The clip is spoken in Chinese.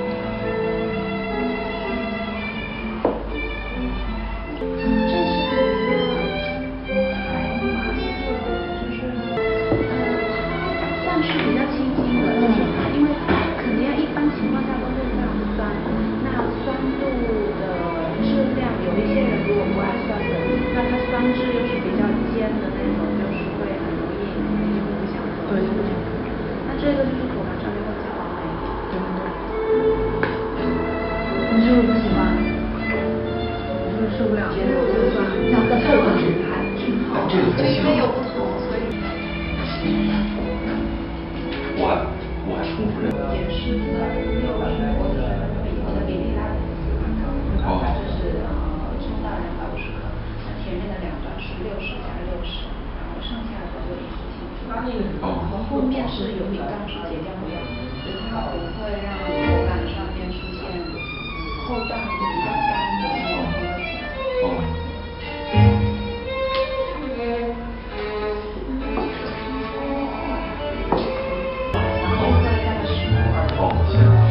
嗯不了，所以我就算了。但但我纸牌挺好的，这个因为有不同，所以我还我还重复这个。也是在没有学过的以后的给力拉的四款课，它就是呃冲浪两百五十克，那前面的两段是六十加六十，然后剩下的就一起进行。然后后面是有一段是截掉的，所以它不会让口感上面出现后段比较干的那种口感。哦。然后再加个石头。哦，行。啊嗯